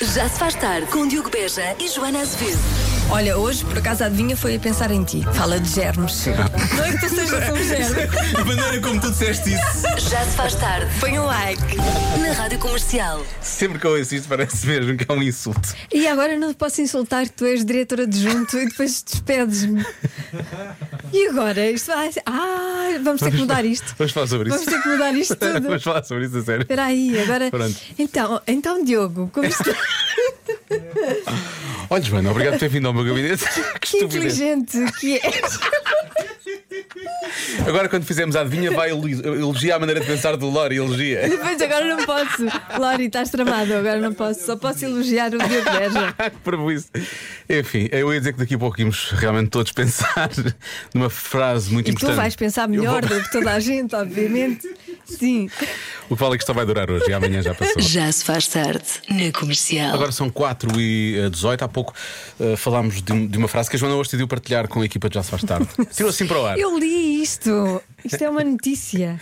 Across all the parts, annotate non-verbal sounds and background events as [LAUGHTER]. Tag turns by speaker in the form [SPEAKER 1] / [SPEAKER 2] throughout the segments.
[SPEAKER 1] Já se faz tarde com Diogo Beja e Joana Azevedo.
[SPEAKER 2] Olha, hoje, por acaso, a adivinha foi a pensar em ti. Fala de germes. Não é que tu sejas um germe.
[SPEAKER 3] A maneira como tu disseste isso.
[SPEAKER 1] Já se faz tarde
[SPEAKER 2] Põe um like.
[SPEAKER 1] na Rádio Comercial.
[SPEAKER 3] Sempre que eu assisto, parece mesmo que é um insulto.
[SPEAKER 2] E agora não te posso insultar que tu és diretora adjunto e depois despedes-me. E agora? Isto vai. Ah, vamos ter que mudar isto.
[SPEAKER 3] Vamos falar sobre
[SPEAKER 2] Vamos
[SPEAKER 3] isso.
[SPEAKER 2] ter que mudar
[SPEAKER 3] [LAUGHS]
[SPEAKER 2] isto tudo.
[SPEAKER 3] Vamos falar sobre isso, a sério.
[SPEAKER 2] Espera aí, agora.
[SPEAKER 3] Pronto.
[SPEAKER 2] Então, então, Diogo, como
[SPEAKER 3] [LAUGHS]
[SPEAKER 2] está?
[SPEAKER 3] Olha, Joana, obrigado por ter vindo ao meu gabinete. [LAUGHS] Que
[SPEAKER 2] Que
[SPEAKER 3] estupidez.
[SPEAKER 2] inteligente que é- [LAUGHS] és.
[SPEAKER 3] Agora, quando fizermos a adivinha, vai elu- elogiar a maneira de pensar do Lore, elogia. [LAUGHS]
[SPEAKER 2] Depois agora não posso. Lori, estás tramado, agora não posso. Só posso elogiar o Diogo Beja.
[SPEAKER 3] Ah, que prejuízo. Enfim, eu ia dizer que daqui a pouco íamos realmente todos pensar [LAUGHS] numa frase muito
[SPEAKER 2] E tu
[SPEAKER 3] importante.
[SPEAKER 2] vais pensar
[SPEAKER 3] Eu [LAUGHS]
[SPEAKER 2] melhor
[SPEAKER 3] vou-
[SPEAKER 2] do que toda a gente, obviamente. Sim.
[SPEAKER 3] O que vale é que isto só vai durar hoje e amanhã
[SPEAKER 2] [LAUGHS]
[SPEAKER 3] já passou.
[SPEAKER 1] Já se faz tarde na Comercial.
[SPEAKER 3] Agora são 4 e eh, 18 Há pouco eh, falámos de, um- de uma frase que a Joana hoje decidiu partilhar com a equipa de Já Se Faz
[SPEAKER 2] [LAUGHS]
[SPEAKER 3] Tarde. Tirou assim para o ar.
[SPEAKER 2] Eu li isto. Isto é uma notícia.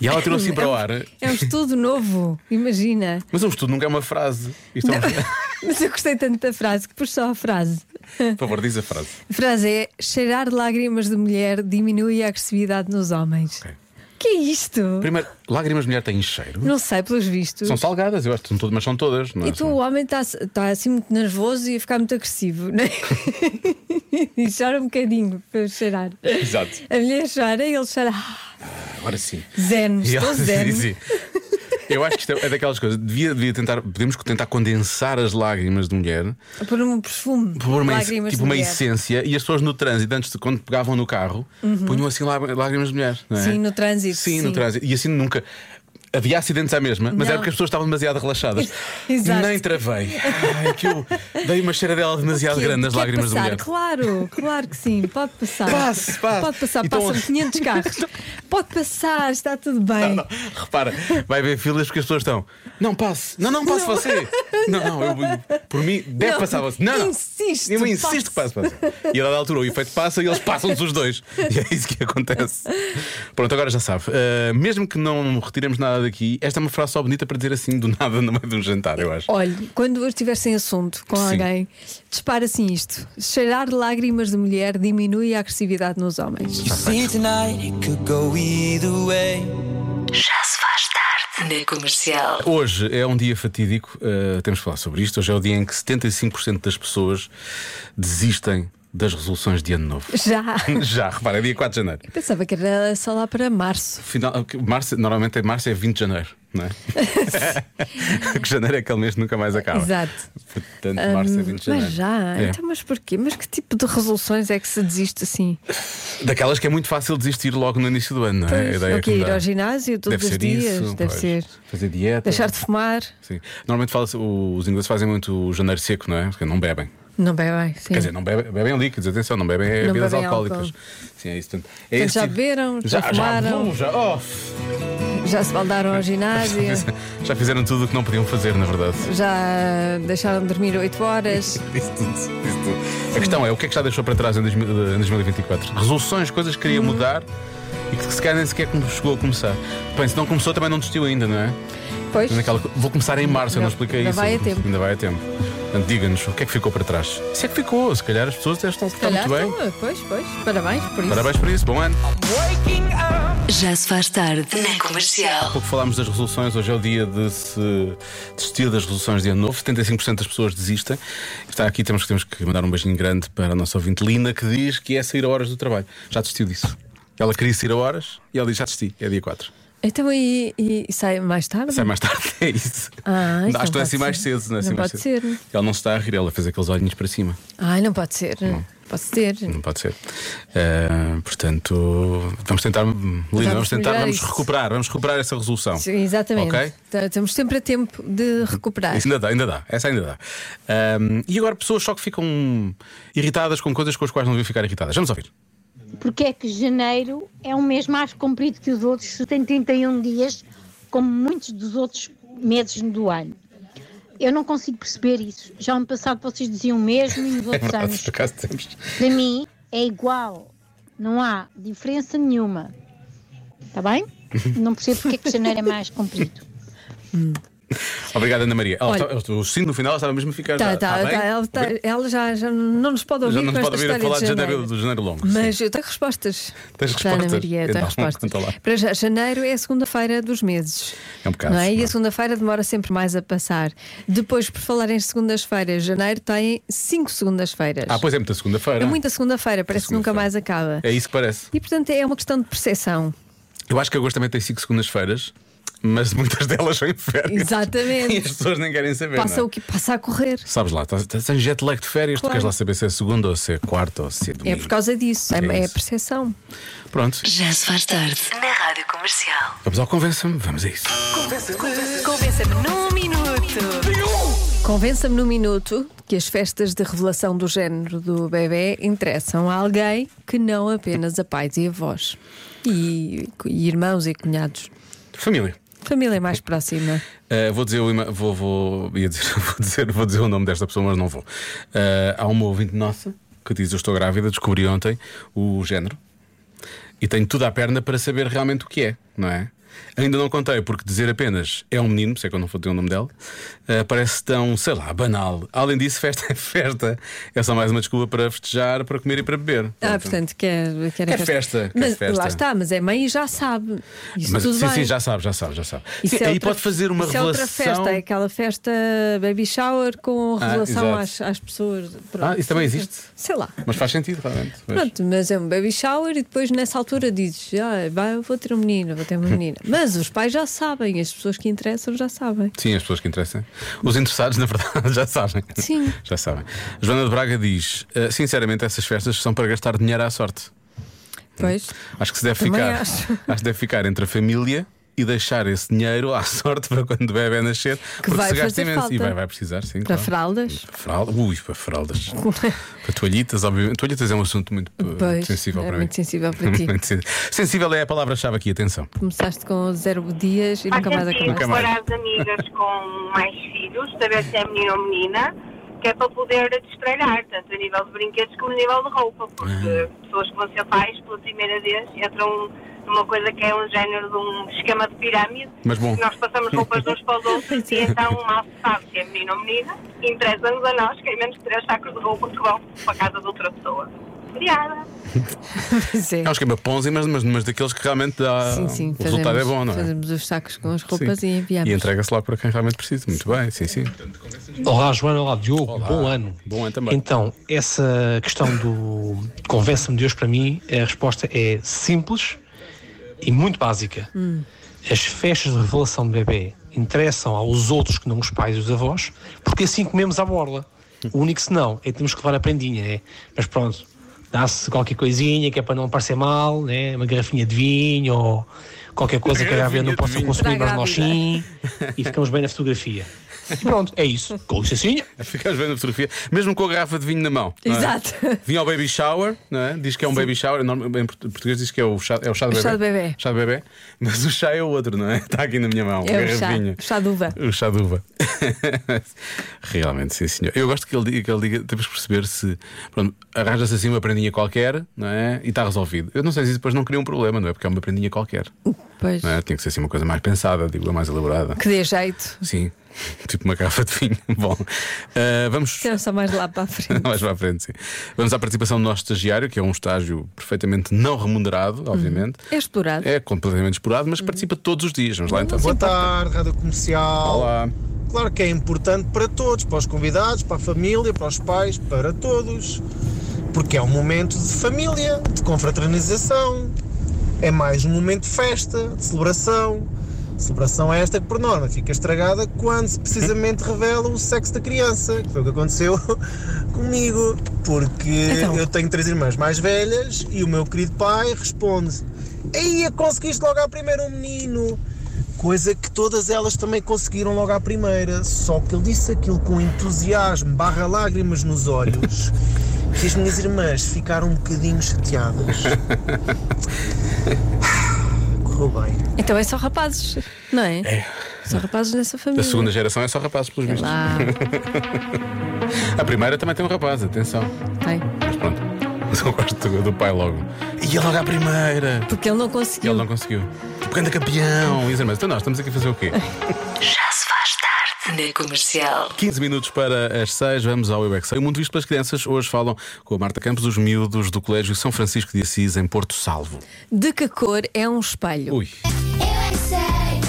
[SPEAKER 3] E ela tirou assim para o ar.
[SPEAKER 2] É um estudo novo, imagina. [LAUGHS]
[SPEAKER 3] Mas um estudo nunca é uma frase. Isto é um...
[SPEAKER 2] Mas eu gostei tanto da frase que pus só a frase.
[SPEAKER 3] Por favor, diz a frase.
[SPEAKER 2] A frase é: cheirar lágrimas de mulher diminui a agressividade nos homens.
[SPEAKER 3] Ok.
[SPEAKER 2] Que é isto?
[SPEAKER 3] Primeiro, lágrimas de mulher têm cheiro.
[SPEAKER 2] Não sei, pelos vistos.
[SPEAKER 3] São salgadas, eu acho que são todas, mas são todas. Não é?
[SPEAKER 2] E tu, o homem está tá, assim muito nervoso e a ficar muito agressivo, né? [LAUGHS] e chora um bocadinho para cheirar.
[SPEAKER 3] Exato.
[SPEAKER 2] A mulher chora e ele chora. "Ah,
[SPEAKER 3] Agora sim.
[SPEAKER 2] Zen,
[SPEAKER 3] [LAUGHS] E
[SPEAKER 2] estou
[SPEAKER 3] ela
[SPEAKER 2] zen.
[SPEAKER 3] diz assim, Eu acho que isto é é daquelas coisas. Devia, devia tentar, podemos tentar condensar as lágrimas de mulher
[SPEAKER 2] Por um perfume.
[SPEAKER 3] por uma,
[SPEAKER 2] lágrimas de
[SPEAKER 3] tipo uma
[SPEAKER 2] mulher.
[SPEAKER 3] essência e as pessoas no trânsito, antes de quando pegavam no carro, punham assim lá- lágrimas de mulher. não é?
[SPEAKER 2] Uhum. Sim, no trânsito,
[SPEAKER 3] Sim, no
[SPEAKER 2] sim.
[SPEAKER 3] trânsito. E assim nunca. Havia acidentes à mesma, mas
[SPEAKER 2] Não.
[SPEAKER 3] era porque as pessoas estavam demasiado relaxadas.
[SPEAKER 2] [LAUGHS] Exato.
[SPEAKER 3] Nem travei. Ai, que eu dei uma cheiradela demasiado
[SPEAKER 2] Que-
[SPEAKER 3] grande nas
[SPEAKER 2] quer
[SPEAKER 3] lágrimas
[SPEAKER 2] passar,
[SPEAKER 3] de mulher.
[SPEAKER 2] Claro, claro que sim, pode passar.
[SPEAKER 3] Passe, passe.
[SPEAKER 2] Pode passar,
[SPEAKER 3] Então-
[SPEAKER 2] passam 500
[SPEAKER 3] [LAUGHS]
[SPEAKER 2] carros. Pode passar, está tudo bem.
[SPEAKER 3] Não, [LAUGHS] repara, vai haver filas porque as pessoas estão. Não passe, não, não passe você. Não, não, eu, por mim deve
[SPEAKER 2] Não,
[SPEAKER 3] passar você. Não, não.
[SPEAKER 2] insisto,
[SPEAKER 3] Eu insisto
[SPEAKER 2] passe.
[SPEAKER 3] que passe, passe. E a dada altura o efeito passa e eles passam-nos os dois. E é isso que acontece. Pronto, agora já sabe. Uh, mesmo que não retiremos nada daqui, esta é uma frase só bonita para dizer assim do nada no meio de um jantar, eu acho.
[SPEAKER 2] Olhe, quando eu estiver sem assunto com
[SPEAKER 3] Sim.
[SPEAKER 2] alguém, dispara assim isto: cheirar lágrimas de mulher diminui a agressividade nos homens.
[SPEAKER 4] You see tonight it could go either way.
[SPEAKER 1] Já se faz tarde na Comercial.
[SPEAKER 3] Hoje é um dia fatídico, uh, temos que falar sobre isto. Hoje é o dia em que 75% das pessoas desistem das resoluções de ano novo.
[SPEAKER 2] Já.
[SPEAKER 3] [LAUGHS] Já, repara, é dia 4 de janeiro.
[SPEAKER 2] Pensava que era só lá para março.
[SPEAKER 3] Final, que março, normalmente é março é 20 de janeiro,
[SPEAKER 2] [LAUGHS]
[SPEAKER 3] não é? que janeiro é aquele mês que nunca mais acaba.
[SPEAKER 2] Exato.
[SPEAKER 3] Portanto, março é 20 de janeiro.
[SPEAKER 2] Hum, Mas já,
[SPEAKER 3] É.
[SPEAKER 2] então, mas porquê? Mas que tipo de resoluções é que se desiste assim?
[SPEAKER 3] Daquelas que é muito fácil desistir logo no início do ano, não é? A
[SPEAKER 2] Pois,
[SPEAKER 3] ideia
[SPEAKER 2] ok,
[SPEAKER 3] que me
[SPEAKER 2] ir
[SPEAKER 3] dá.
[SPEAKER 2] ao ginásio todos
[SPEAKER 3] deve
[SPEAKER 2] os
[SPEAKER 3] ser
[SPEAKER 2] dias,
[SPEAKER 3] isso,
[SPEAKER 2] deve
[SPEAKER 3] pois.
[SPEAKER 2] ser.
[SPEAKER 3] Fazer dieta.
[SPEAKER 2] Deixar de fumar,
[SPEAKER 3] Sim. Normalmente fala os ingleses fazem muito o janeiro seco, não é? Porque não bebem.
[SPEAKER 2] não bem, bem, sim.
[SPEAKER 3] Quer dizer, não bebem, bebem líquidos, atenção, não bebem é
[SPEAKER 2] Não
[SPEAKER 3] bebidas
[SPEAKER 2] bebem
[SPEAKER 3] alcoólicas.
[SPEAKER 2] álcool.
[SPEAKER 3] Sim, é isso. Portanto, é
[SPEAKER 2] Portanto,
[SPEAKER 3] esse
[SPEAKER 2] já
[SPEAKER 3] tipo-
[SPEAKER 2] beberam, já
[SPEAKER 3] Já,
[SPEAKER 2] fumaram.
[SPEAKER 3] vão, já, oh, [LAUGHS]
[SPEAKER 2] Já se baldaram ao ginásio,
[SPEAKER 3] já fizeram tudo o que não podiam fazer, na verdade.
[SPEAKER 2] já deixaram de dormir 8 horas.
[SPEAKER 3] Disse tudo, disse tudo. A questão é o que é que já deixou para trás em, 2000 em 2024? Resoluções, coisas que
[SPEAKER 2] Uhum.
[SPEAKER 3] queria mudar e que se calhar nem sequer como- chegou a começar. Bem, se não começou, também não desistiu ainda, não é?
[SPEAKER 2] Pois,
[SPEAKER 3] Mas naquela co- vou começar em março, eu não
[SPEAKER 2] Ainda-
[SPEAKER 3] expliquei
[SPEAKER 2] ainda
[SPEAKER 3] isso.
[SPEAKER 2] vai a tempo.
[SPEAKER 3] Ainda vai a tempo. Portanto, diga-nos o que é que ficou para trás. Se é que ficou, se calhar as pessoas até estão a ficar
[SPEAKER 2] calhar,
[SPEAKER 3] muito bem.
[SPEAKER 2] estão- pois, pois, parabéns por isso.
[SPEAKER 3] Parabéns por isso, bom ano. Há
[SPEAKER 4] Waking up.
[SPEAKER 1] Já se faz tarde na Comercial.
[SPEAKER 3] pouco falámos das resoluções, hoje é o dia de se desistir das resoluções de ano novo. 75% das pessoas desistem. Está aqui, temos, que- temos que mandar um beijinho grande para a nossa ouvinte Lina, que diz que é sair a horas do trabalho. Já desistiu disso. Ela queria sair a horas e ela diz: já desisti, é dia 4.
[SPEAKER 2] Então e, e- e sai mais tarde?
[SPEAKER 3] Sai mais tarde, [LAUGHS] é isso.
[SPEAKER 2] Ah, isso não
[SPEAKER 3] Acho que não é
[SPEAKER 2] pode
[SPEAKER 3] assim mais
[SPEAKER 2] ser.
[SPEAKER 3] cedo, não é assim
[SPEAKER 2] Não
[SPEAKER 3] mais
[SPEAKER 2] pode
[SPEAKER 3] cedo.
[SPEAKER 2] ser.
[SPEAKER 3] Ela não se está a rir, ela fez aqueles olhinhos para cima.
[SPEAKER 2] Ai, não pode ser. Não. Pode ser.
[SPEAKER 3] Não pode ser. Eh, portanto, vamos tentar, Lina, vamos,
[SPEAKER 2] Vamos
[SPEAKER 3] tentar,
[SPEAKER 2] melhorar
[SPEAKER 3] vamos
[SPEAKER 2] isso.
[SPEAKER 3] recuperar, vamos recuperar essa resolução.
[SPEAKER 2] Sim, Exatamente.
[SPEAKER 3] Ok?
[SPEAKER 2] Então, Estamos sempre a tempo de recuperar.
[SPEAKER 3] Isso ainda dá, ainda dá, essa ainda dá. Ahm, e agora pessoas só que ficam irritadas com coisas com as quais não deviam ficar irritadas. Vamos ouvir.
[SPEAKER 5] porque é que janeiro é um mês mais comprido que os outros, se tem 31 dias, como muitos dos outros meses do ano. Eu não consigo perceber isso. Já ano passado vocês diziam o mesmo e nos
[SPEAKER 3] [LAUGHS]
[SPEAKER 5] outros anos.
[SPEAKER 3] por acaso temos.
[SPEAKER 5] Para mim é igual. Não há diferença Tá nenhuma. Está bem? Não percebo porque é que janeiro é mais comprido.
[SPEAKER 3] Obrigado, Ana Maria. Ela
[SPEAKER 2] Olha-
[SPEAKER 3] está- o sino no final estava mesmo a ficar.
[SPEAKER 2] Tá,
[SPEAKER 3] já,
[SPEAKER 2] tá,
[SPEAKER 3] está é bem?
[SPEAKER 2] tá, ela, tá- ela já, já não nos pode ouvir
[SPEAKER 3] Já não
[SPEAKER 2] com
[SPEAKER 3] nos pode
[SPEAKER 2] esta
[SPEAKER 3] ouvir a
[SPEAKER 2] história
[SPEAKER 3] falar de janeiro,
[SPEAKER 2] janeiro.
[SPEAKER 3] de janeiro longo.
[SPEAKER 2] Mas
[SPEAKER 3] Sim.
[SPEAKER 2] eu tenho respostas.
[SPEAKER 3] Tens
[SPEAKER 2] Da Ana
[SPEAKER 3] respostas?
[SPEAKER 2] Maria, eu tenho
[SPEAKER 3] Então,
[SPEAKER 2] respostas.
[SPEAKER 3] conta lá.
[SPEAKER 2] Para já, janeiro é a segunda-feira dos meses.
[SPEAKER 3] É um bocado,
[SPEAKER 2] Não é? E
[SPEAKER 3] não
[SPEAKER 2] a
[SPEAKER 3] é?
[SPEAKER 2] segunda-feira demora sempre mais a passar. Depois, por falar em segundas-feiras, janeiro tem cinco segundas-feiras.
[SPEAKER 3] Ah, pois é, muita segunda-feira.
[SPEAKER 2] é muita segunda-feira, parece que nunca
[SPEAKER 3] segunda-feira.
[SPEAKER 2] mais acaba.
[SPEAKER 3] É isso que parece.
[SPEAKER 2] E portanto é uma questão de percepção.
[SPEAKER 3] Eu acho que agosto também tem 5 segundas-feiras, mas muitas delas são em férias.
[SPEAKER 2] Exatamente.
[SPEAKER 3] E as pessoas nem querem saber.
[SPEAKER 2] Passa
[SPEAKER 3] não é?
[SPEAKER 2] o que passa a correr.
[SPEAKER 3] Sabes lá, estás estás em jet lag de férias, tu
[SPEAKER 2] Claro.
[SPEAKER 3] queres lá saber se é segunda ou se é quarta ou se é
[SPEAKER 2] É
[SPEAKER 3] domingo.
[SPEAKER 2] por causa disso, é,
[SPEAKER 3] É
[SPEAKER 2] é a
[SPEAKER 3] isso.
[SPEAKER 2] percepção.
[SPEAKER 3] Pronto,
[SPEAKER 1] Já se faz tarde na Rádio Comercial.
[SPEAKER 3] vamos ao Convença-me, vamos a isso.
[SPEAKER 1] Convença-me num minuto.
[SPEAKER 2] Convença-me num minuto que as festas de revelação do género do bebê interessam a alguém que não apenas a pais e avós. E, e irmãos e cunhados.
[SPEAKER 3] Família.
[SPEAKER 2] Família mais próxima.
[SPEAKER 3] Uh, vou dizer o ima- vou, vou, ia dizer, [LAUGHS] vou, dizer, vou dizer o nome desta pessoa, mas não vou. Uh, há uma ouvinte nossa que diz: Eu estou grávida, descobri ontem o género e tenho tudo à perna para saber realmente o que é, não é? Ainda não contei, porque dizer apenas é um menino, por isso é que eu não vou ter o nome dela, uh, parece tão, sei lá, banal. Além disso, [LAUGHS] festa é festa. É só mais uma desculpa para festejar, para comer e para beber.
[SPEAKER 2] Ah, portanto, quer, quer,
[SPEAKER 3] Quer É festa, quer
[SPEAKER 2] mas,
[SPEAKER 3] festa.
[SPEAKER 2] Lá está, mas é mãe e já sabe. Isso
[SPEAKER 3] Mas,
[SPEAKER 2] tudo
[SPEAKER 3] sim,
[SPEAKER 2] bem.
[SPEAKER 3] sim, já sabe, já sabe, já sabe.
[SPEAKER 2] Isso
[SPEAKER 3] Sim,
[SPEAKER 2] é
[SPEAKER 3] aí
[SPEAKER 2] outra-
[SPEAKER 3] pode fazer uma
[SPEAKER 2] isso
[SPEAKER 3] revelação.
[SPEAKER 2] É outra festa, é aquela festa baby shower com
[SPEAKER 3] Ah,
[SPEAKER 2] relação
[SPEAKER 3] exato.
[SPEAKER 2] às, às pessoas.
[SPEAKER 3] Ah,
[SPEAKER 2] Pronto.
[SPEAKER 3] isso também existe.
[SPEAKER 2] Sei lá.
[SPEAKER 3] Mas faz sentido, realmente. Mas-
[SPEAKER 2] Pronto, mas é um baby shower e depois nessa altura dizes, ah, vai, eu vou ter um menino, vou ter uma
[SPEAKER 3] [LAUGHS]
[SPEAKER 2] menina. mas os pais já sabem, as pessoas que interessam já sabem.
[SPEAKER 3] Sim, as pessoas que interessam. Os interessados, [LAUGHS] na verdade, já sabem.
[SPEAKER 2] Sim.
[SPEAKER 3] Já sabem. Joana de Braga diz: "Ah, sinceramente, essas festas são para gastar dinheiro à sorte.
[SPEAKER 2] Pois.
[SPEAKER 3] Acho que se deve
[SPEAKER 2] Também
[SPEAKER 3] ficar.
[SPEAKER 2] acho.
[SPEAKER 3] [LAUGHS] que deve ficar entre a família e deixar esse dinheiro à sorte para quando o bebê nascer. porque
[SPEAKER 2] vai
[SPEAKER 3] se gasta
[SPEAKER 2] fazer
[SPEAKER 3] imenso. E
[SPEAKER 2] falta.
[SPEAKER 3] vai, vai precisar, sim.
[SPEAKER 2] Para
[SPEAKER 3] claro.
[SPEAKER 2] fraldas.
[SPEAKER 3] Fralda, ui,
[SPEAKER 2] [LAUGHS]
[SPEAKER 3] para fraldas. para toalhitas, obviamente. Toalhitas é um assunto muito eh,
[SPEAKER 2] Pois,
[SPEAKER 3] sensível
[SPEAKER 2] é
[SPEAKER 3] para
[SPEAKER 2] muito
[SPEAKER 3] mim.
[SPEAKER 2] sensível para
[SPEAKER 3] [LAUGHS]
[SPEAKER 2] ti.
[SPEAKER 3] Muito sen- sensível é a palavra-chave aqui, atenção.
[SPEAKER 2] Começaste com zero dias e
[SPEAKER 6] Faz
[SPEAKER 2] nunca mais
[SPEAKER 6] sentido
[SPEAKER 2] acabaste.
[SPEAKER 3] Nunca mais.
[SPEAKER 6] pôr as amigas com mais filhos, saber se é menino ou menina, que é para poder destralhar, tanto a nível de brinquedos como a nível de roupa, porque
[SPEAKER 2] Ah.
[SPEAKER 6] pessoas que vão ser pais pela primeira vez entram numa coisa que é um género de um esquema de pirâmide.
[SPEAKER 3] Mas bom.
[SPEAKER 6] Nós passamos roupas de uns
[SPEAKER 2] [LAUGHS]
[SPEAKER 6] para os outros e então mal se sabe se é menino ou menina. Interessa-nos a nós que é menos de três sacos de roupa que vão para a casa de outra pessoa. Obrigada!
[SPEAKER 2] [LAUGHS] Pois é.
[SPEAKER 3] É um esquema Ponzi, mas, mas, mas daqueles que realmente dá.
[SPEAKER 2] Sim, sim,
[SPEAKER 3] o resultado é
[SPEAKER 2] fazemos-
[SPEAKER 3] bom, não é?
[SPEAKER 2] Fazemos os sacos com as roupas e enviamos.
[SPEAKER 3] E entrega-se logo para quem realmente precisa. Muito bem, sim, sim.
[SPEAKER 7] Olá, Joana. Olá, Diogo. Bom ano.
[SPEAKER 3] Bom ano também.
[SPEAKER 7] Então, essa questão do convença-me Deus para mim, a resposta é simples e muito básica. As festas de revelação de bebê interessam aos outros que não os pais e os avós, porque assim comemos à borla. O único senão é que temos que levar a prendinha, né? Mas pronto, dá-se qualquer coisinha que é para não parecer mal, né? Uma garrafinha de vinho ou qualquer coisa que a grávida não possa consumir,
[SPEAKER 2] Para a
[SPEAKER 7] mas nós
[SPEAKER 2] grávida.
[SPEAKER 7] sim. E ficamos bem na fotografia. E pronto, é isso. Com licencinha.
[SPEAKER 3] Ficas vendo É a fotografia, mesmo com a garrafa de vinho na mão. não é?
[SPEAKER 2] [LAUGHS] Exato.
[SPEAKER 3] Vinho ao baby shower, não é? diz que é um baby shower. norma- Em portu- português diz que é o chá, é o chá de
[SPEAKER 2] O
[SPEAKER 3] bebê.
[SPEAKER 2] chá de bebê.
[SPEAKER 3] Chá de bebê. Mas o chá é o outro, não é? Está aqui na minha mão.
[SPEAKER 2] É o chá,
[SPEAKER 3] garrafinha.
[SPEAKER 2] o chá de uva.
[SPEAKER 3] O chá de uva. [LAUGHS] Realmente, sim, senhor. Eu gosto que ele diga, que ele diga temos que perceber se. Pronto, arranja-se assim uma prendinha qualquer, não é? E está resolvido. Eu não sei se isso depois não cria um problema, não é? Porque é uma prendinha qualquer.
[SPEAKER 2] Pois.
[SPEAKER 3] Não é? Tinha que ser assim uma coisa mais pensada, digo, eu, mais elaborada.
[SPEAKER 2] Que dê jeito.
[SPEAKER 3] Sim, tipo uma garrafa de vinho. [LAUGHS] Bom, ah, vamos. [LAUGHS]
[SPEAKER 2] Será só mais lá para a frente.
[SPEAKER 3] Mais para a frente, sim. Vamos à participação do nosso estagiário, que é um estágio perfeitamente não remunerado, obviamente.
[SPEAKER 2] É explorado.
[SPEAKER 3] É completamente explorado, mas participa todos os dias. Vamos lá então.
[SPEAKER 8] Boa tarde, Rádio Comercial.
[SPEAKER 3] Olá.
[SPEAKER 8] Claro que é importante para todos, para os convidados, para a família, para os pais, para todos. Porque é um momento de família, de confraternização. É mais um momento de festa, de celebração. Celebração esta é que, por norma, fica estragada quando se precisamente revela o sexo da criança, que foi o que aconteceu [LAUGHS] comigo. Porque
[SPEAKER 2] Então.
[SPEAKER 8] eu tenho três irmãs mais velhas e o meu querido pai responde: Aí conseguiste logo à primeira um menino. Coisa que todas elas também conseguiram logo à primeira, só que ele disse aquilo com entusiasmo, barra lágrimas nos olhos, que as minhas irmãs ficaram um bocadinho chateadas. Correu bem.
[SPEAKER 2] Então é só rapazes, não é? É. Só rapazes nessa família.
[SPEAKER 3] A segunda geração é só rapazes, pelos vistos.
[SPEAKER 2] Lá,
[SPEAKER 3] A primeira também tem um rapaz, atenção.
[SPEAKER 2] tem.
[SPEAKER 3] Mas pronto. [LAUGHS] Mas eu gosto do- do pai logo. E é logo à primeira.
[SPEAKER 2] Porque ele não
[SPEAKER 3] E
[SPEAKER 2] conseguiu.
[SPEAKER 3] ele não conseguiu. Tipo, grande campeão. E os irmãos, então nós estamos aqui a fazer o quê?
[SPEAKER 1] Já se faz tarde. na comercial.
[SPEAKER 3] 15 minutos para as 6, vamos ao UX. O Mundo Visto pelas Crianças hoje falam com a Marta Campos, os miúdos do Colégio São Francisco de Assis, em Porto Salvo.
[SPEAKER 2] De que cor é um espelho?
[SPEAKER 3] Ui,
[SPEAKER 8] Eu é que sei, eu é que sei, eu é que sei, eu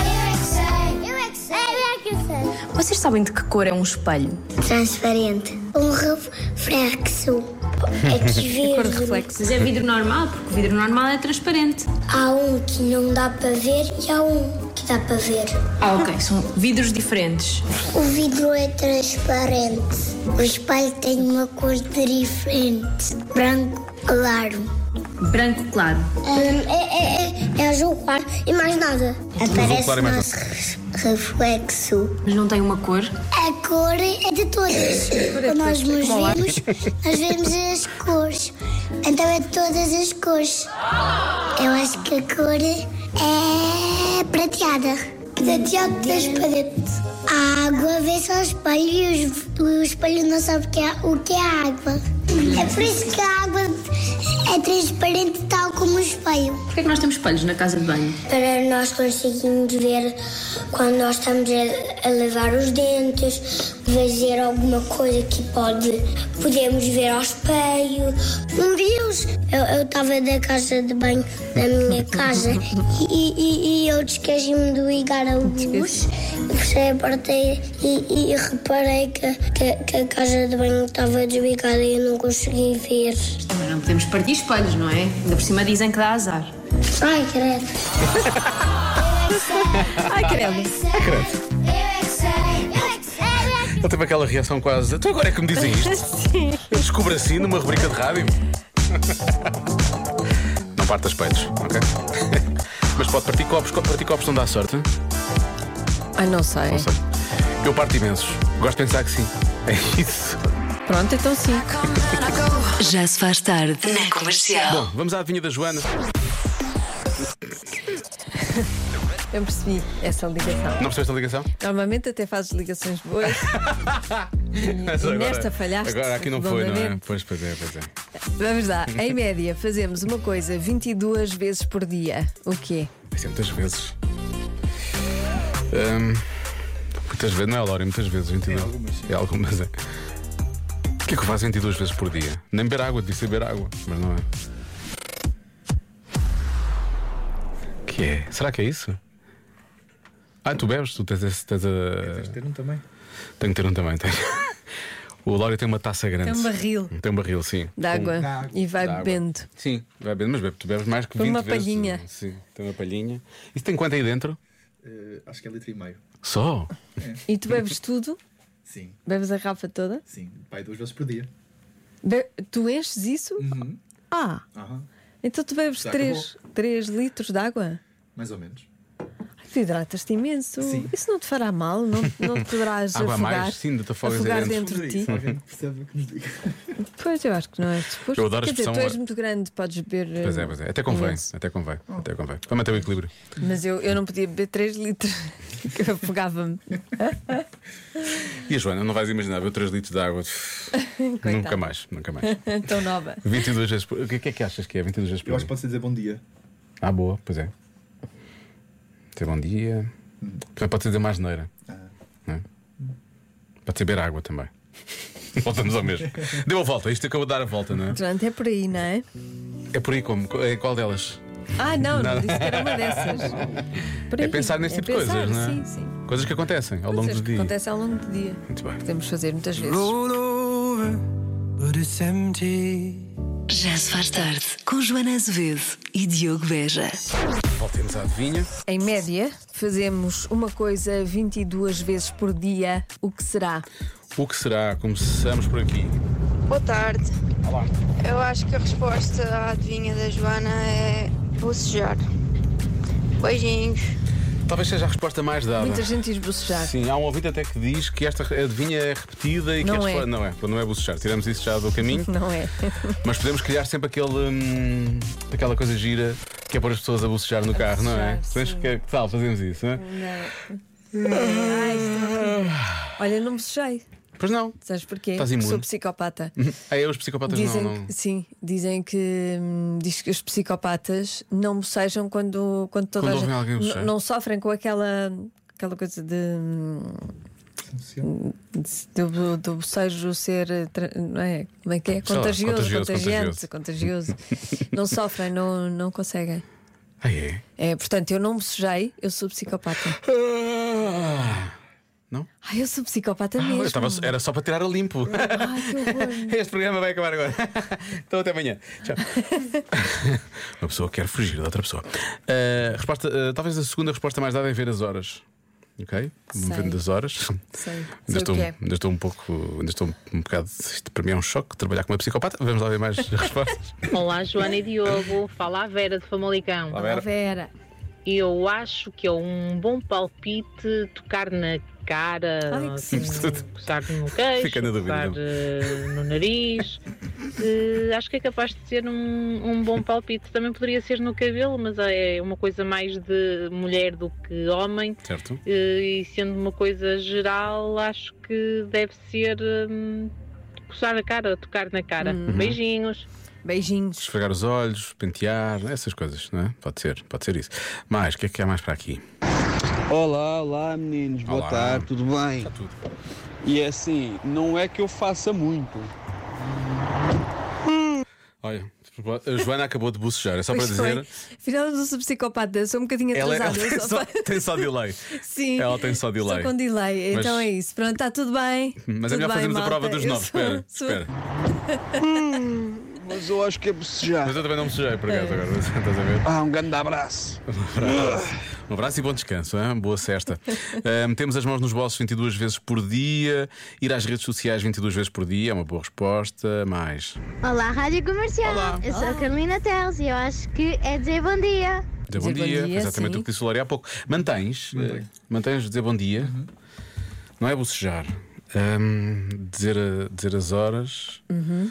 [SPEAKER 8] é que sei, eu é
[SPEAKER 9] Vocês sabem de que cor é um espelho?
[SPEAKER 8] que sei. Transparente. Um reflexo.
[SPEAKER 9] [LAUGHS]
[SPEAKER 8] Aqui
[SPEAKER 2] Cor de
[SPEAKER 8] verde.
[SPEAKER 2] reflexo.
[SPEAKER 9] Mas é vidro normal, porque o vidro normal é transparente.
[SPEAKER 8] Há um que não dá para ver e há um que dá para ver.
[SPEAKER 9] Ah, ok, são vidros diferentes.
[SPEAKER 8] O vidro é transparente. O espelho tem uma cor diferente. Branco claro.
[SPEAKER 9] Branco claro.
[SPEAKER 8] é, é, é, azul claro e mais nada. Aparece
[SPEAKER 3] claro e mais
[SPEAKER 8] nosso reflexo.
[SPEAKER 9] Mas não tem uma cor?
[SPEAKER 8] A cor é de todas. Quando nós nos vemos, [LAUGHS] nós vemos as cores. Então é de todas as cores. Eu acho que a cor é prateada. Prateado transparente. A água vê-se ao espelho e os- o espelho não sabe o que é, o que é água. É por isso que a água é transparente tal como o espelho.
[SPEAKER 9] Porquê é que nós temos espelhos na casa de banho?
[SPEAKER 8] Para nós conseguirmos ver quando nós estamos a, a lavar os dentes, fazer alguma coisa que pode podemos ver ao espelho. Um Deus! Eu estava da casa de banho da minha casa e, e- e eu esqueci-me de ligar a luz. Fechei a porta e, e- e reparei que, que- que a casa de banho estava desligada e eu não consegui ver.
[SPEAKER 9] Também não podemos partir espelhos, não é? Ainda por cima dizem que dá azar.
[SPEAKER 8] Ai, [LAUGHS] credo!
[SPEAKER 2] Ai, credo.
[SPEAKER 8] Eu é que sei, eu é que sei, eu é que
[SPEAKER 3] ele teve aquela reação quase. Então agora é que me dizem isto? Eu descubro assim numa rubrica
[SPEAKER 2] [LAUGHS]
[SPEAKER 3] de rádio. Não partas peitos, ok? [LAUGHS] Mas pode partir copos, co- partir copos não dá sorte.
[SPEAKER 2] Ai, Ah, não sei.
[SPEAKER 3] Não sei. Eu parto imensos. Gosto de pensar que sim. [LAUGHS] É isso.
[SPEAKER 2] Pronto, então sim.
[SPEAKER 1] Já se faz tarde na comercial.
[SPEAKER 3] Bom, vamos à adivinha da Joana.
[SPEAKER 2] Eu percebi essa ligação.
[SPEAKER 3] Não percebeste a ligação?
[SPEAKER 2] Normalmente até fazes ligações boas.
[SPEAKER 3] [LAUGHS] Mas
[SPEAKER 2] e nesta falhaste
[SPEAKER 3] Agora aqui não foi, não é?
[SPEAKER 2] redondamente.
[SPEAKER 3] Pois, pois é, pois é.
[SPEAKER 2] Vamos lá. Em média, fazemos uma coisa 22 vezes por dia. O quê?
[SPEAKER 3] Isso é muitas vezes. Ahm, muitas vezes, não é, Laura? Muitas vezes, 22. É algumas, É algumas, é. O que é que eu faço 22 vezes por dia? Nem beber água, devia ser beber água, mas não é. que é? Será que é isso? Ah, tu bebes? Tu tens, esse- tens a. Tens ter um também? Tenho que ter um também, tenho. O Laura tem uma taça grande.
[SPEAKER 2] Tem um barril.
[SPEAKER 3] Tem um barril, sim.
[SPEAKER 2] De água. E vai
[SPEAKER 3] De água.
[SPEAKER 2] bebendo.
[SPEAKER 3] Sim, vai bebendo, mas bebe, tu bebes mais que
[SPEAKER 2] Põe
[SPEAKER 3] 20
[SPEAKER 2] uma
[SPEAKER 3] vezes.
[SPEAKER 2] palhinha.
[SPEAKER 3] Sim, tem uma palhinha. Isso tem quanto aí dentro?
[SPEAKER 7] acho que é litro e meio.
[SPEAKER 3] Só?
[SPEAKER 2] E tu bebes tudo?
[SPEAKER 7] Sim,
[SPEAKER 2] Bebes a rafa toda?
[SPEAKER 7] sim. Pai duas vezes por dia.
[SPEAKER 2] Be- tu enches isso? Ah! Então tu bebes
[SPEAKER 7] Uhum. Já
[SPEAKER 2] 3, litros de água?
[SPEAKER 7] Mais ou menos.
[SPEAKER 2] Ai, Tu hidratas-te imenso.
[SPEAKER 7] Sim.
[SPEAKER 2] Isso não te fará mal, não, não te poderás
[SPEAKER 3] [LAUGHS] Água a
[SPEAKER 2] afogar,
[SPEAKER 3] mais, sim, de te afogas aí
[SPEAKER 2] afogar
[SPEAKER 3] dentro.
[SPEAKER 2] dentro de ti.
[SPEAKER 8] é
[SPEAKER 7] Alguém percebe que nos diga.
[SPEAKER 2] Pois eu acho que não é disposto.
[SPEAKER 3] Eu adoro a
[SPEAKER 2] Quer dizer, tu
[SPEAKER 3] expressão-
[SPEAKER 2] és muito grande, podes beber.
[SPEAKER 3] Pois é, pois é. Até convém,
[SPEAKER 2] imenso.
[SPEAKER 3] até convém,
[SPEAKER 2] Oh.
[SPEAKER 3] até convém. Para manter o equilíbrio.
[SPEAKER 2] Mas eu, eu não podia beber 3 litros, [LAUGHS] que eu afogava-me. [LAUGHS]
[SPEAKER 3] E a Joana, não vais imaginar, bebeu 3 litros de água.
[SPEAKER 2] [LAUGHS]
[SPEAKER 3] nunca mais, nunca mais.
[SPEAKER 2] Tão nova.
[SPEAKER 3] 22 vezes por. O que é que achas que é 22 vezes
[SPEAKER 7] Eu
[SPEAKER 3] por
[SPEAKER 7] acho que
[SPEAKER 3] dia?
[SPEAKER 7] pode ser dizer bom dia.
[SPEAKER 3] Ah, boa, pois é. Ter bom dia. Também pode ser dizer mais neira. é? Pode ser beber água também. [LAUGHS] Voltamos ao mesmo. Deu a volta, isto acabou de dar a volta, não é?
[SPEAKER 2] Pronto, é por aí, não é?
[SPEAKER 3] É por aí como? É qual delas?
[SPEAKER 2] Ah, não, não disse que era uma dessas. Por
[SPEAKER 3] É
[SPEAKER 2] aí,
[SPEAKER 3] pensar neste tipo de
[SPEAKER 2] pensar,
[SPEAKER 3] coisas, não é?
[SPEAKER 2] Sim, sim.
[SPEAKER 3] Coisas que acontecem ao longo
[SPEAKER 2] Coisas
[SPEAKER 3] do
[SPEAKER 2] que
[SPEAKER 3] dia.
[SPEAKER 2] acontecem ao longo do dia.
[SPEAKER 3] Muito bem.
[SPEAKER 2] Podemos fazer muitas vezes.
[SPEAKER 10] Roll over, but it's empty.
[SPEAKER 1] Já se faz tarde com Joana Azevedo e Diogo Veja.
[SPEAKER 3] Voltemos à adivinha.
[SPEAKER 2] Em média, fazemos uma coisa 22 vezes por dia. O que será?
[SPEAKER 3] O que será? Começamos por aqui.
[SPEAKER 11] Boa tarde. Eu acho que a resposta à adivinha da Joana é bocejar. Beijinhos.
[SPEAKER 3] Talvez seja a resposta mais dada.
[SPEAKER 2] Muita gente diz bocejar.
[SPEAKER 3] Sim, há um ouvinte até que diz que esta adivinha é repetida e que
[SPEAKER 2] Não
[SPEAKER 3] a resposta
[SPEAKER 2] é.
[SPEAKER 3] não é. Não é bocejar. Tiramos isso já do caminho,
[SPEAKER 2] [LAUGHS] Não é?
[SPEAKER 3] mas podemos criar sempre aquele, hum, aquela coisa gira que é pôr as pessoas a bocejar no carro, não é?
[SPEAKER 2] bocejar,
[SPEAKER 3] Podemos
[SPEAKER 2] sim.
[SPEAKER 3] que, que tal? Fazemos isso, não é?
[SPEAKER 2] Não. Ai, estou horrível. Olha, não bocejei.
[SPEAKER 3] Pois não.
[SPEAKER 2] Sabes porquê?
[SPEAKER 3] Estás
[SPEAKER 2] Porque
[SPEAKER 3] imune.
[SPEAKER 2] Sou psicopata.
[SPEAKER 3] Ah, é, os psicopatas
[SPEAKER 2] Dizem
[SPEAKER 3] não. não.
[SPEAKER 2] Que, sim, dizem que, hum, diz que os psicopatas não bocejam quando, quando toda
[SPEAKER 3] Quando
[SPEAKER 2] a gente-
[SPEAKER 3] ouvem alguém
[SPEAKER 2] n-
[SPEAKER 3] bocejar.
[SPEAKER 2] não sofrem com aquela aquela coisa de. hum, de- Do, do bocejo ser. eh, tra- Não é? Como é que é?
[SPEAKER 3] Sei lá,
[SPEAKER 2] Contagioso,
[SPEAKER 3] contagioso,
[SPEAKER 2] contagiante, contagioso. não sofrem, não, não conseguem.
[SPEAKER 3] Ah, é?
[SPEAKER 2] É, portanto, eu não bocejei, eu sou psicopata.
[SPEAKER 3] Não?
[SPEAKER 2] Ai, eu sou psicopata
[SPEAKER 3] Ah, eu
[SPEAKER 2] mesmo.
[SPEAKER 3] estava- era só para tirar
[SPEAKER 2] [LAUGHS]
[SPEAKER 3] a limpo.
[SPEAKER 2] Ai, que horror.
[SPEAKER 3] [LAUGHS] Este programa vai acabar agora. [LAUGHS] Então até amanhã. Tchau. [LAUGHS] Uma pessoa quer fugir da outra pessoa. Uh, resposta, uh, talvez a segunda resposta mais dada é ver as horas. Ok?
[SPEAKER 2] Sei.
[SPEAKER 3] Vendo as horas.
[SPEAKER 2] Sei.
[SPEAKER 3] [LAUGHS] Ainda
[SPEAKER 2] Sei
[SPEAKER 3] estou,
[SPEAKER 2] o que é.
[SPEAKER 3] ainda estou um pouco. Ainda estou um bocado. Isto para mim é um choque trabalhar com uma psicopata. Vamos lá ver mais [LAUGHS] respostas.
[SPEAKER 11] Olá, Joana e Diogo. Fala a Vera de Famalicão.
[SPEAKER 3] Olá, Vera. Olá,
[SPEAKER 11] Eu acho que é um bom palpite tocar na cara, assim, coçar no queixo,
[SPEAKER 3] Fica na dúvida, então.
[SPEAKER 11] coçar
[SPEAKER 3] não.
[SPEAKER 11] eh, no nariz. Eh, acho que é capaz de ser um, um bom palpite. Também poderia ser no cabelo, mas é uma coisa mais de mulher do que homem.
[SPEAKER 3] Certo?
[SPEAKER 11] Eh, e sendo uma coisa geral, acho que deve ser hum, coçar a cara, tocar na cara. Beijinhos.
[SPEAKER 2] Beijinhos.
[SPEAKER 3] Esfregar os olhos, pentear, essas coisas, não é? Pode ser, pode ser isso. Mais, o que é que há mais para aqui?
[SPEAKER 12] Olá, olá meninos, boa
[SPEAKER 3] Olá.
[SPEAKER 12] tarde, tudo bem?
[SPEAKER 3] Está tudo.
[SPEAKER 12] E assim, não é que eu faça muito.
[SPEAKER 3] Olha, a Joana acabou de bocejar, é só para
[SPEAKER 2] Pois foi.
[SPEAKER 3] dizer.
[SPEAKER 2] Afinal, eu não sou psicopata, eu sou um bocadinho
[SPEAKER 3] Ela, ela
[SPEAKER 2] atrasada. eu
[SPEAKER 3] [LAUGHS] tem,
[SPEAKER 2] só
[SPEAKER 3] só,
[SPEAKER 2] fa-
[SPEAKER 3] tem
[SPEAKER 2] [LAUGHS]
[SPEAKER 3] só delay.
[SPEAKER 2] Sim.
[SPEAKER 3] Ela tem só delay.
[SPEAKER 2] Estou com delay,
[SPEAKER 3] Mas-
[SPEAKER 2] então é isso. Pronto, está tudo bem.
[SPEAKER 3] Mas é
[SPEAKER 2] Tudo bem,
[SPEAKER 3] melhor fazermos a
[SPEAKER 2] malta.
[SPEAKER 3] prova dos
[SPEAKER 2] Eu
[SPEAKER 3] nove.
[SPEAKER 2] sou-
[SPEAKER 3] Espera,
[SPEAKER 2] sou-
[SPEAKER 3] espera.
[SPEAKER 12] Mas eu acho que é bocejar.
[SPEAKER 3] Mas eu também não bocejei por
[SPEAKER 2] É.
[SPEAKER 3] acaso agora, [LAUGHS] estás a ver?
[SPEAKER 12] Ah, um grande abraço.
[SPEAKER 3] Um abraço e bom descanso, hein? boa cesta. Ah, metemos as mãos nos bolsos 22 vezes por dia, ir às redes sociais 22 vezes por dia é uma boa resposta. Mais.
[SPEAKER 13] Olá, Rádio Comercial. Eu sou a Carolina Teles e eu acho que é dizer bom dia.
[SPEAKER 3] Dizer bom dia, foi exatamente o que disse o Lória há pouco. Mantens, eh, mantens dizer bom dia, não é bocejar, Ahm, dizer, a- dizer as horas.
[SPEAKER 2] Uhum.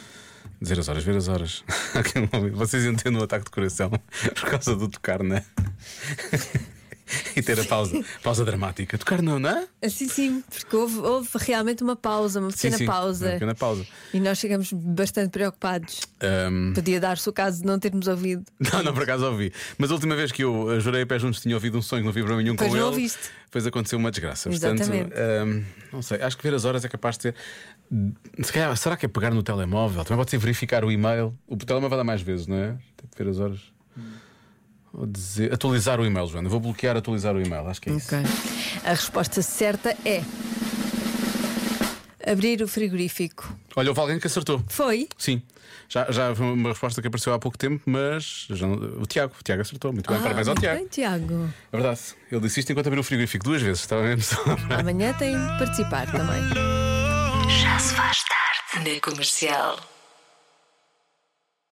[SPEAKER 3] Dizer as horas, ver as horas. [LAUGHS] Aquele momento. Vocês entendem o ataque de coração [LAUGHS] por causa do tocar, não é? [LAUGHS] e ter a pausa, pausa dramática. Tocar não, não é?
[SPEAKER 2] Assim sim, porque houve, houve realmente uma pausa, uma pequena pausa.
[SPEAKER 3] Uma É, pequena Ah. pausa.
[SPEAKER 2] E nós chegamos bastante preocupados.
[SPEAKER 3] Ahm, [LAUGHS]
[SPEAKER 2] Podia dar-se o caso de não termos ouvido.
[SPEAKER 3] Não, não, por acaso ouvi. Mas a última vez que eu eh, jurei a pé juntos tinha ouvido um sonho que não vi para nenhum
[SPEAKER 2] Pois
[SPEAKER 3] com
[SPEAKER 2] não
[SPEAKER 3] ele.
[SPEAKER 2] ouviste.
[SPEAKER 3] Depois aconteceu uma desgraça.
[SPEAKER 2] Exatamente.
[SPEAKER 3] Portanto, hum, não sei, acho que ver as horas é capaz de ser. Se calhar, será que é pegar no telemóvel? Também pode ser verificar o e-mail. O telemóvel dá mais vezes, não é? Tem que ver as horas. Ou dizer- Atualizar o e-mail, Joana. Vou bloquear atualizar o e-mail. Acho que é isso.
[SPEAKER 2] A resposta certa é. Abrir o frigorífico.
[SPEAKER 3] Olha, houve alguém que acertou.
[SPEAKER 2] Foi?
[SPEAKER 3] Sim. Já, já foi uma resposta que apareceu há pouco tempo, mas já não- o Tiago, o Tiago acertou. Muito bem,
[SPEAKER 2] Ah,
[SPEAKER 3] parabéns ao
[SPEAKER 2] muito
[SPEAKER 3] Tiago.
[SPEAKER 2] bem, Tiago.
[SPEAKER 3] É verdade. Ele disse isto enquanto abriu o frigorífico duas vezes. Estava mesmo só.
[SPEAKER 2] Amanhã tem de participar também.
[SPEAKER 1] Já se faz tarde na comercial.